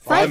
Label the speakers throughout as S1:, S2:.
S1: Five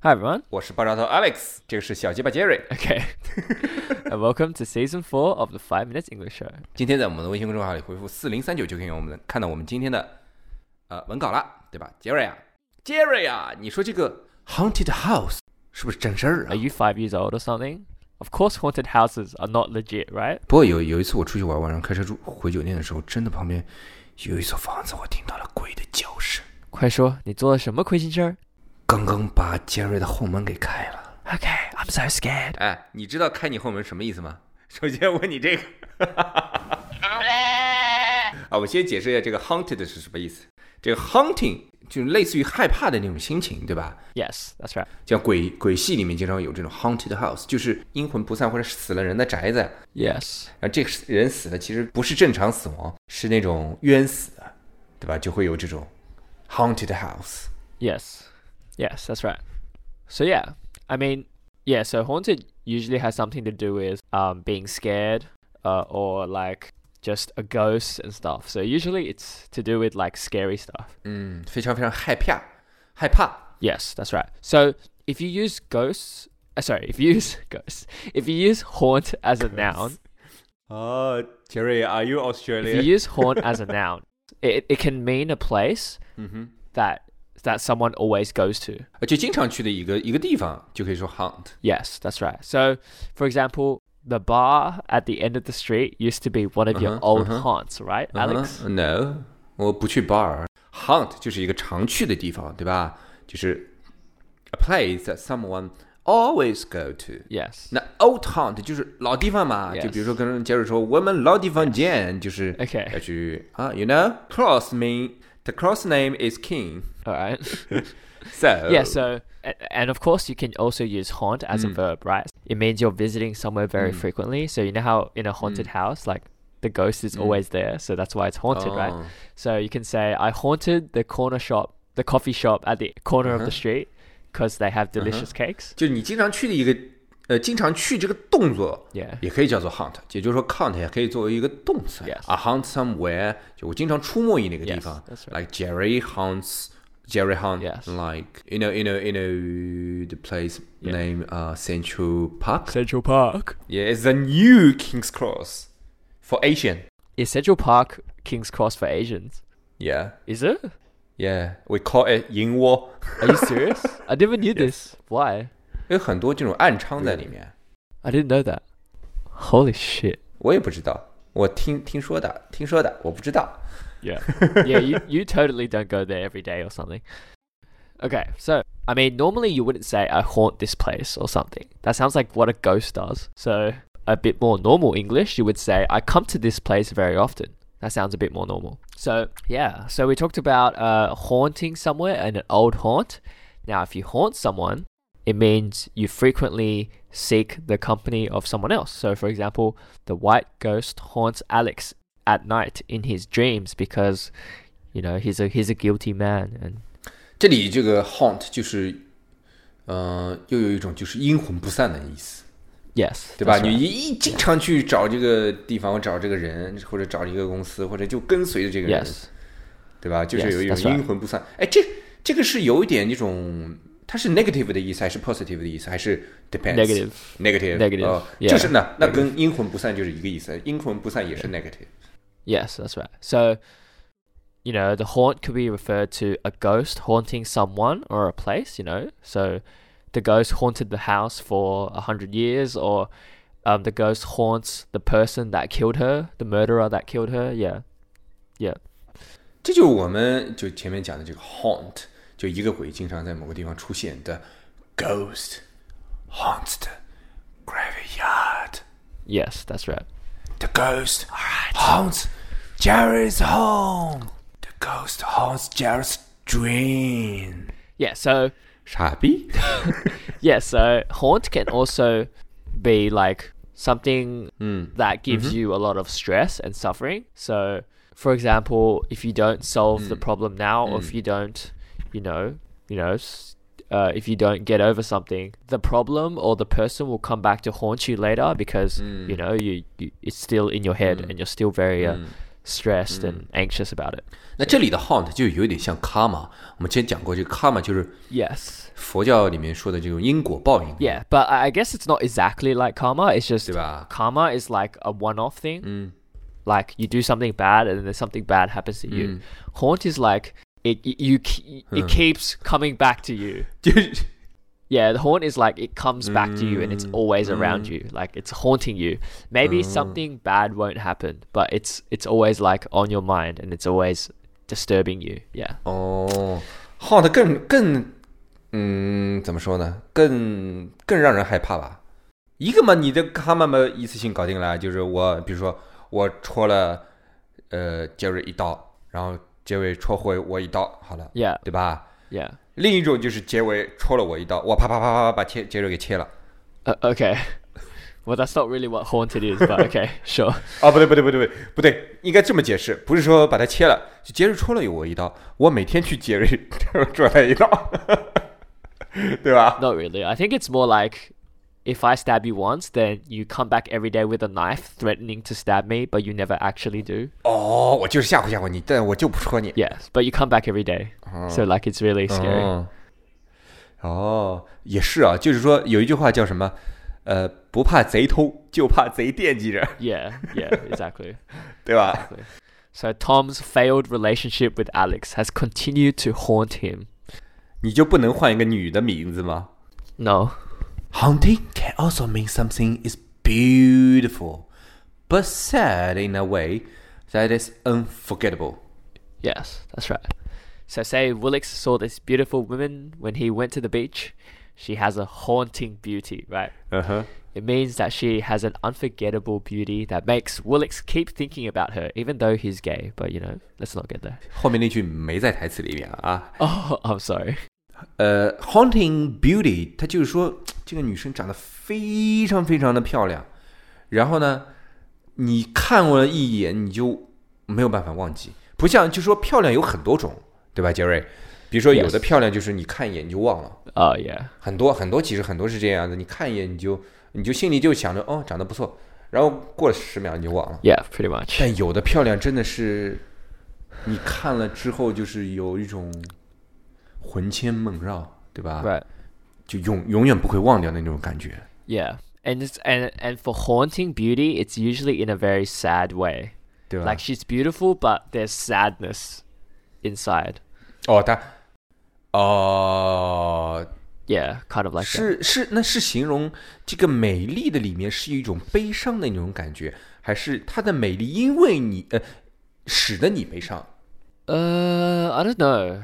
S2: Hi everyone.
S3: 我是爆炸头 Alex，这个是小鸡巴 Jerry。
S2: Okay. and welcome to season four of the Five Minutes English Show.
S3: 今天在我们的微信公众号里回复四零三九就可以我们看到我们今天的呃文稿了，对吧？Jerry 啊，Jerry 啊，你说这个 Haunted House 是不是真事儿啊
S2: Are？you five years old or something? Of course, haunted houses are not legit, right?
S3: 不过有有一次我出去玩，晚上开车住回酒店的时候，真的旁边有一所房子，我听到了鬼的叫声。
S2: 快说，你做了什么亏心事儿？
S3: 刚刚把杰瑞的后门给开了。
S2: Okay, I'm so scared.
S3: 哎，你知道开你后门什么意思吗？首先问你这个。啊，我先解释一下这个 haunted 是什么意思。这个 haunting 就是类似于害怕的那种心情，对吧？
S2: Yes, that's right.
S3: 像鬼鬼戏里面经常有这种 haunted house，就是阴魂不散或者死了人的宅子。
S2: Yes.
S3: 然后这个人死了，其实不是正常死亡，是那种冤死的，对吧？就会有这种 haunted house。
S2: Yes. Yes, that's right. So yeah, I mean, yeah. So haunted usually has something to do with um being scared, uh, or like just a ghost and stuff. So usually it's to do with like scary stuff.
S3: 嗯，非常非常害怕，害怕。
S2: Yes, that's right. So if you use ghosts, uh, sorry, if you use ghosts, if you use haunt as a noun,
S3: 哦、杰瑞 a r e you
S2: if you
S3: Australian？
S2: use haunt as a noun, it, it can mean a place
S3: Mm-hmm.
S2: that that someone always goes to.
S3: 啊就经常去的一个一个地方，就可以说 haunt。
S2: Yes, that's right. So, for example, the bar at the end of the street used to be one of your
S3: Uh-huh,
S2: old
S3: uh-huh. Uh,
S2: haunts, right, Alex?
S3: 嗯哼 No，我不去 bar。Haunt 就是一个常去的地方，对吧？就是 a place that someone always go to。
S2: Yes.
S3: 那 old haunt 就是老地方嘛
S2: Yes.
S3: 就比如说跟杰瑞说，我们老地方见就是要
S2: Okay.
S3: 去啊，you know，cross mean the cross name is king。
S2: All right.
S3: So
S2: Yeah, so a- and of course you can also use haunt as a verb, right? It means you're visiting somewhere very frequently. So you know how in a haunted house, like the ghost is always there, so that's why it's haunted,
S3: Oh.
S2: right? So you can say I haunted the corner shop, the coffee shop at the corner of the street because they have delicious cakes.
S3: 就是你经常去的一个呃，经常去这个动作
S2: Yeah.
S3: 也可以叫做 hunt，也就是说 count 也可以作为一个动词。
S2: Yes.
S3: I hunt somewhere，就我经常出没于那个地
S2: Yes,
S3: 方。
S2: that's right.
S3: Like Jerry hunts. Jerry Hunt,
S2: Yes.
S3: like you know, you know, you know the place
S2: Yeah.
S3: name, uh, Central Park.
S2: Central Park.
S3: Yeah, it's the new King's Cross for Asian.
S2: Is Central Park King's Cross for Asians?
S3: Yeah,
S2: Is it?
S3: yeah, we call it 银窝，
S2: Are you serious? I never knew this. Why?
S3: 有很多这种暗娼在里面。
S2: I didn't know that. Holy shit.
S3: 我也不知道，我听听说的，听说的，我不知道。
S2: Yeah. yeah, you, you totally don't go there every day or something. Okay, so, I mean, normally you wouldn't say, I haunt this place or something. That sounds like what a ghost does. So, a bit more normal English, you would say, I come to this place very often. That sounds a bit more normal. So, yeah, so we talked about uh, haunting somewhere and an old haunt. Now, if you haunt someone, it means you frequently seek the company of someone else. So, for example, the white ghost haunts Alex at night in his dreams because, you know, he's a he's a guilty man. And
S3: 这里这个 haunt 就是，呃，又有一种就是阴魂不散的意思，
S2: yes,
S3: 对吧？
S2: that's
S3: 你
S2: right.
S3: 一经常去找这个地方，找这个人，或者找一个公司，或者就跟随着这个人
S2: yes,
S3: 对吧？就是有一
S2: Yes,
S3: 种
S2: that's right.
S3: 阴魂不散。哎，这这个是有一点那种，它是 negative 的意思，还是 positive 的意思，还是 depends
S2: Negative
S3: negative
S2: Negative，
S3: 哦
S2: yeah，
S3: 就是呢，那跟阴魂不散就是一个意思，阴魂不散也是 negative。
S2: yes, that's right. So, you know, the haunt could be referred to a ghost haunting someone or a place. You know, so the ghost haunted the house for a hundred years, or um, the ghost haunts the person that killed her, the murderer that killed her. Yeah, yeah.
S3: 这就是我们就前面讲的这个 haunt，就一个鬼经常在某个地方出现的 ghost haunts the graveyard。
S2: Yes, that's right.
S3: The ghost haunts Jerry's home. The ghost haunts Jerry's dream.
S2: Yeah, so
S3: 傻逼？
S2: Yeah, so haunt can also be like something that gives you a lot of stress and suffering. So, for example, if you don't solve the problem now, or if you don't, you know, you know, s- uh, if you don't get over something, the problem or the person will come back to haunt you later because you know you, you it's still in your head and you're still very uh, stressed and anxious about it.
S3: 那这里的 haunt 就有点像 karma。我们之前讲过，这个 karma 就是
S2: Yes.
S3: 佛教里面说的这种因果报应。
S2: Yeah, but I I guess it's not exactly like karma. It's just
S3: 对吧？
S2: karma is like a one-off thing. Like you do something bad, and then something bad happens to you. Haunt is like it y- you ke- it keeps coming back to you.
S3: 就是
S2: Yeah, the haunt is like it comes back to you, and it's always around you. Like it's haunting you. Maybe something bad won't happen, but it's it's always like on your mind, and it's always disturbing you. Yeah.
S3: 哦，haunt 更更嗯，怎么说呢？更更让人害怕吧。一个嘛，你的 karma 嘛一次性搞定了，就是我，比如说我戳了呃杰瑞一刀，然后杰瑞戳回我一刀，好了
S2: Yeah.
S3: 对吧？
S2: Yeah.
S3: 另一种就是结尾戳了我一刀，我啪啪啪啪啪把切杰瑞给切了。
S2: Uh, okay. Well, that's not really what haunted is, but okay, sure.
S3: 哦，不对不对不对不对不对，应该这么解释，不是说把它切了，就杰瑞戳了我一刀，我每天去杰瑞 戳他一刀， 对吧？
S2: Not really. I think it's more like if I stab you once, then you come back every day with a knife threatening to stab me, but you never actually do.
S3: 哦，我就是吓唬吓唬你，但我就不戳你。
S2: Yes, but you come back every day. So like it's really scary.
S3: 嗯，哦，也是啊，就是说有一句话叫什么？呃，不怕贼偷，就怕贼惦记着，
S2: Yeah, yeah, exactly.
S3: 对吧？
S2: So Tom's failed relationship with Alex has continued to haunt him.
S3: 你就不能换一个女的名字吗？
S2: No.
S3: Haunting can also mean something is beautiful, but sad in a way that is unforgettable.
S2: Yes, that's right. So say Willix saw this beautiful woman when he went to the beach. She has a haunting beauty, right?
S3: Uh huh.
S2: It means that she has an unforgettable beauty that makes Willix keep thinking about her, even though he's gay. But you know, let's not get there.
S3: 后面那句没在台词里面啊。
S2: Oh, I'm sorry.
S3: 呃，haunting beauty，它就是说这个女生长得非常非常的漂亮，然后呢，你看过了一眼你就没有办法忘记，不像就说漂亮有很多种，对吧，杰瑞？比如说有的
S2: Yes
S3: 漂亮就是你看一眼你就忘了。
S2: Oh yeah,
S3: 很多很多，其实很多是这样的，你看一眼你就你就心里就想着哦长得不错，然后过了十秒你就忘了。
S2: yeah, pretty much.
S3: 但有的漂亮真的是，你看了之后就是有一种魂牵梦绕，对吧？
S2: Right.
S3: 就永永远不会忘掉的那种感觉。
S2: Yeah, and it's, and and for haunting beauty, it's usually in a very sad way.
S3: 对吧
S2: Like she's beautiful, but there's sadness inside.
S3: 哦，他哦，
S2: Yeah, kind of like that.
S3: 是是，那是形容这个美丽的里面是一种悲伤的那种感觉，还是她的美丽因为你呃使得你悲伤？
S2: Uh, I don't know.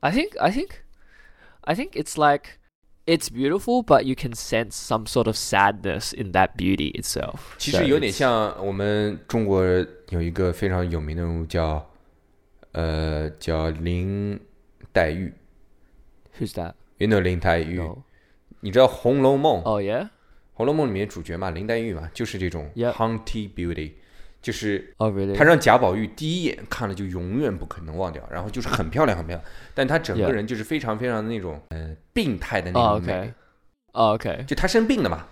S2: I think I think I think it's like it's beautiful, but you can sense some sort of sadness in that beauty itself.
S3: 其
S2: So
S3: 实有点
S2: it's-
S3: 像我们中国有一个非常有名的人物叫，呃，叫林黛玉
S2: Who's that?
S3: ，you know 林黛玉
S2: No.
S3: 你知道《红楼梦》
S2: Oh yeah.
S3: 红楼梦》里面主角嘛，林黛玉嘛，就是这种
S2: Yeah
S3: haunting beauty，就是
S2: Oh really?
S3: 她让贾宝玉第一眼看了就永远不可能忘掉，然后就是很漂亮很漂亮，但她整
S2: Yeah
S3: 个人就是非常非常的那种，呃，病态的那
S2: Oh
S3: 种美
S2: okay. Oh okay.
S3: 就她生病了嘛，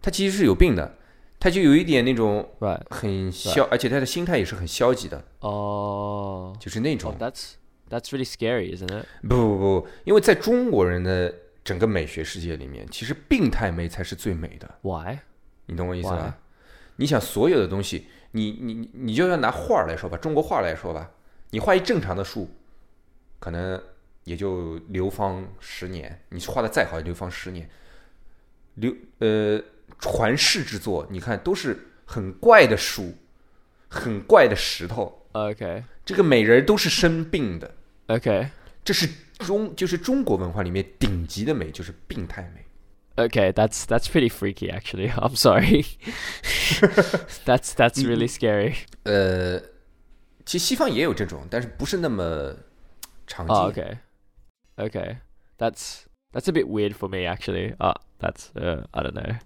S3: 她其实是有病的，她就有一点那种
S2: Right.
S3: 很消，而且她的心态也是很消极的。
S2: Oh.
S3: 就是那
S2: Oh,
S3: 种
S2: that's that's really scary, isn't it?
S3: 不不不，因为在中国人的整个美学世界里面，其实病态美才是最美的，
S2: Why?
S3: 你懂我意思
S2: Why？
S3: 吧？你想所有的东西，你你你你就要拿画儿来说吧，中国画儿来说吧，你画一正常的树，可能也就流芳十年，你画的再好，也流芳十年，流呃传世之作，你看都是很怪的树，很怪的石头，
S2: Okay.
S3: 这个美人儿都是生病的。
S2: Okay.
S3: 这是中就是中国文化里面顶级的美，就是病态美。
S2: Okay, that's that's pretty freaky actually. I'm sorry. that's that's really scary.
S3: 呃，其实西方也有这种，但是不是那么常见。
S2: 啊 Oh, okay. Okay. That's That's a bit weird for me, actually. Ah, that's uh, I don't know.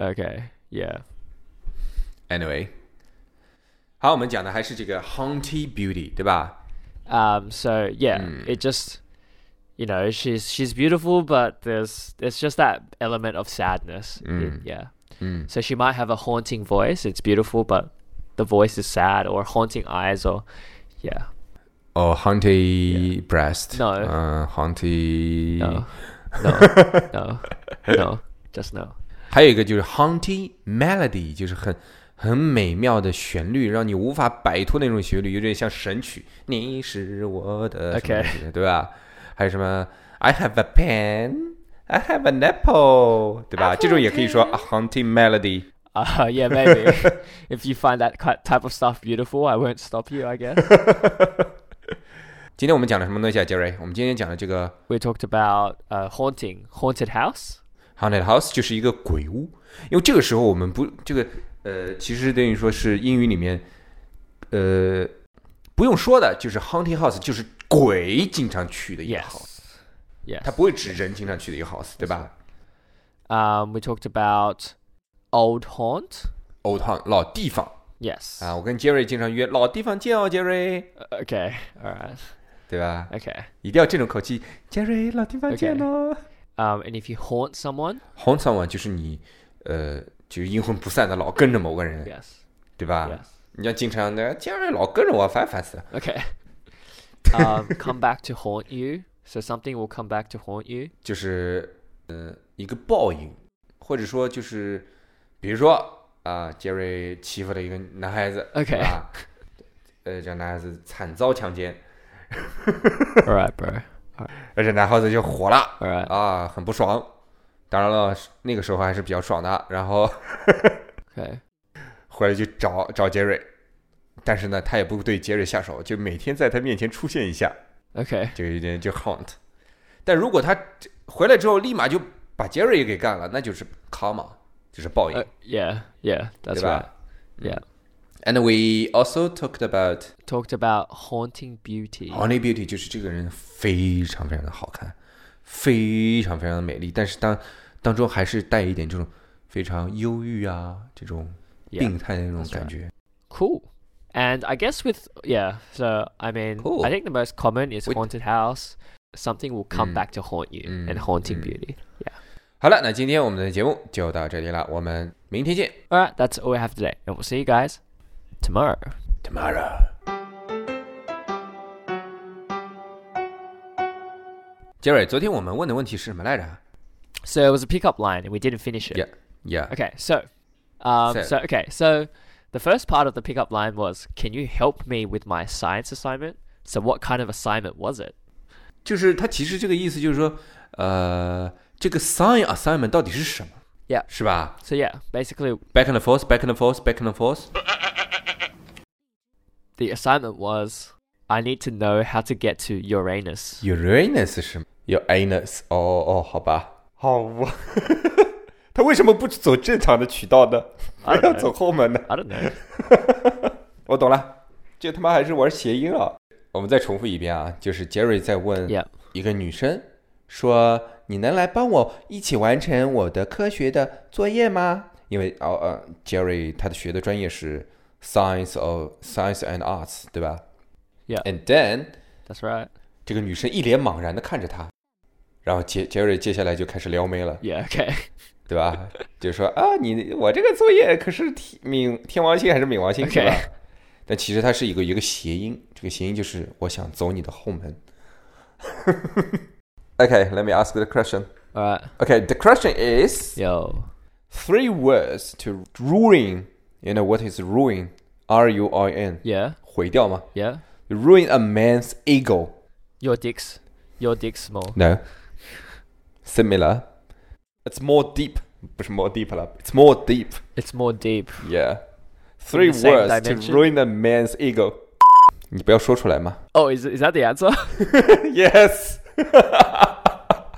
S2: Okay, yeah.
S3: Anyway，好，我们讲的还是这个 Haunted Beauty，对吧？
S2: Um, so yeah, it just you know she's she's beautiful, but there's there's just that element of sadness. in- yeah.
S3: 嗯
S2: So she might have a haunting voice. It's beautiful, but the voice is sad, or haunting eyes, or yeah.
S3: 哦、h a u n t e d breast，
S2: No
S3: 嗯、h a u n t e d
S2: No, no, no, no, just no.
S3: 还有一个就是 haunting melody，就是很很美妙的旋律，让你无法摆脱那种旋律，有点像神曲。你是我的
S2: OK
S3: 什么东西的对吧？还有什么 I have a pen。I have an apple，对吧？这种也可以说 a haunting melody。
S2: Uh, yeah, maybe. if you find that ki- type of stuff beautiful, I won't stop you, I guess.
S3: 今天我们讲了什么东西啊，杰瑞？我们今天讲的这个
S2: we talked about uh, haunting, haunted house.
S3: haunted house 就是一个鬼屋，因为这个时候我们不这个呃，其实等于说是英语里面呃不用说的，就是 haunted house 就是鬼经常去的一个 house。
S2: Yes. Yes.
S3: 它不会指人经常去的一个 house，对吧
S2: Um, we talked about old haunt.
S3: ？Old town 老地方
S2: Yes.
S3: 啊，我跟 Jerry 经常约老地方见哦，Jerry，
S2: Okay. All right.
S3: 对吧？
S2: Okay.
S3: 一定要这种口气，Jerry 老地方见喽。
S2: Um, and if you haunt someone,
S3: Haunt someone 就是你呃，就是阴魂不散的老跟着某个人，
S2: yes.
S3: 对吧
S2: Yes.？
S3: 你要经常的 Jerry 老跟着我，烦烦死了。
S2: Okay. um, come back to haunt you. So something will come back to haunt you.
S3: 就是呃一个报应，或者说就是比如说啊、杰瑞欺负了一个男孩子
S2: OK
S3: 对吧呃，这个男孩子惨遭强奸，
S2: All right, bro.
S3: 而且男孩子就火了。
S2: All right.
S3: 啊，很不爽。当然了，是那个时候还是比较爽的。然后
S2: Okay.
S3: 回来就找找杰瑞，但是呢，他也不对杰瑞下手，就每天在他面前出现一下，
S2: Okay.
S3: 就有点就 haunt。但如果他回来之后立马就把杰瑞也给干了，那就是 karma，就是报应
S2: Uh,，yeah. Yeah.
S3: 对
S2: That's right.
S3: 吧
S2: Yeah.
S3: ？And we also talked about
S2: Talked about haunting beauty.
S3: Honey Beauty，就是这个人非常非常的好看，非常非常的美丽，但是当当中还是带一点这种非常忧郁啊这种
S2: Yeah,
S3: 病态的那种感
S2: right.
S3: 觉。
S2: Cool. And I guess with yeah, so I mean,
S3: Cool.
S2: I think the most common is
S3: We-
S2: haunted house. Something will come
S3: Mm.
S2: back to haunt you, and
S3: Mm,
S2: haunting
S3: mm.
S2: beauty.
S3: 好了，那今天我们的节目就到这里了，我们明天见
S2: All right, that's all we have today, and we'll see you guys tomorrow.
S3: ，tomorrow。杰瑞，昨天我们问的问题是什么来着
S2: So it was a pickup line, and we didn't finish it.
S3: Yeah.？Yeah，
S2: Okay, so, um,
S3: So-
S2: so okay, so the first part of the pickup line was, "Can you help me with my science assignment?" So what kind of assignment was it?
S3: 就是它其实这个意思就是说，呃，这个 sign assignment 到底是什么
S2: Yeah.
S3: 是吧
S2: So yeah, basically
S3: ？Back and forth，back and forth，back and forth。
S2: the assignment was, I need to know how to get to Uranus.
S3: Uranus 是吗？Uranus，哦哦，好吧，好吧。 他为什么不走正常的渠道呢？
S2: I
S3: 非
S2: don't
S3: 要
S2: know.
S3: 走后门呢？
S2: I don't know.
S3: 我懂了，这他妈还是玩谐音啊！我们再重复一遍啊，就是 Jerry 在问
S2: Yeah.
S3: 一个女生说：“你能来帮我一起完成我的科学的作业吗？”因为哦呃，Jerry 他的学的专业是 Science of Science and Arts，对吧
S2: Yeah.
S3: ？And then
S2: That's right.
S3: 这个女生一脸茫然的看着他，然后杰 Jerry 接下来就开始撩妹了，
S2: Yeah, okay.
S3: 对吧？ 就说啊，你我这个作业可是天冥天王星还是冥王星
S2: OK
S3: 对吧？ 但其实它是一个一个谐音，这个谐音就是我想走你的后门。okay, let me ask you the question.
S2: All right.
S3: Okay, the question is
S2: Yo.
S3: three words to ruin. You know what is ruin? R U I N，
S2: Yeah.
S3: 毁掉吗
S2: Yeah.
S3: ？Ruin a man's ego.
S2: Your dick's your dick's small.
S3: No. Similar. It's more deep. 不是 more deep 了，It's more deep.
S2: It's more deep.
S3: Yeah. Three
S2: the same
S3: words to
S2: dimension?
S3: ruin a man's ego. 你不要说出来嘛。
S2: Oh, is is that the answer?
S3: Yes 。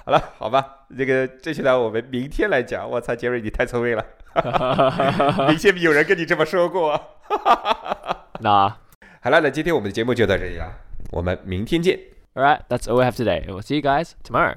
S3: 好了，好吧，这个这些呢，我们明天来讲。我操，杰瑞，你太聪明了。明显有人跟你这么说 过。
S2: nah.
S3: 好了，那今天我们的节目就到这里了，我们明天见。
S2: All right. That's all we have today, and we'll see you guys tomorrow.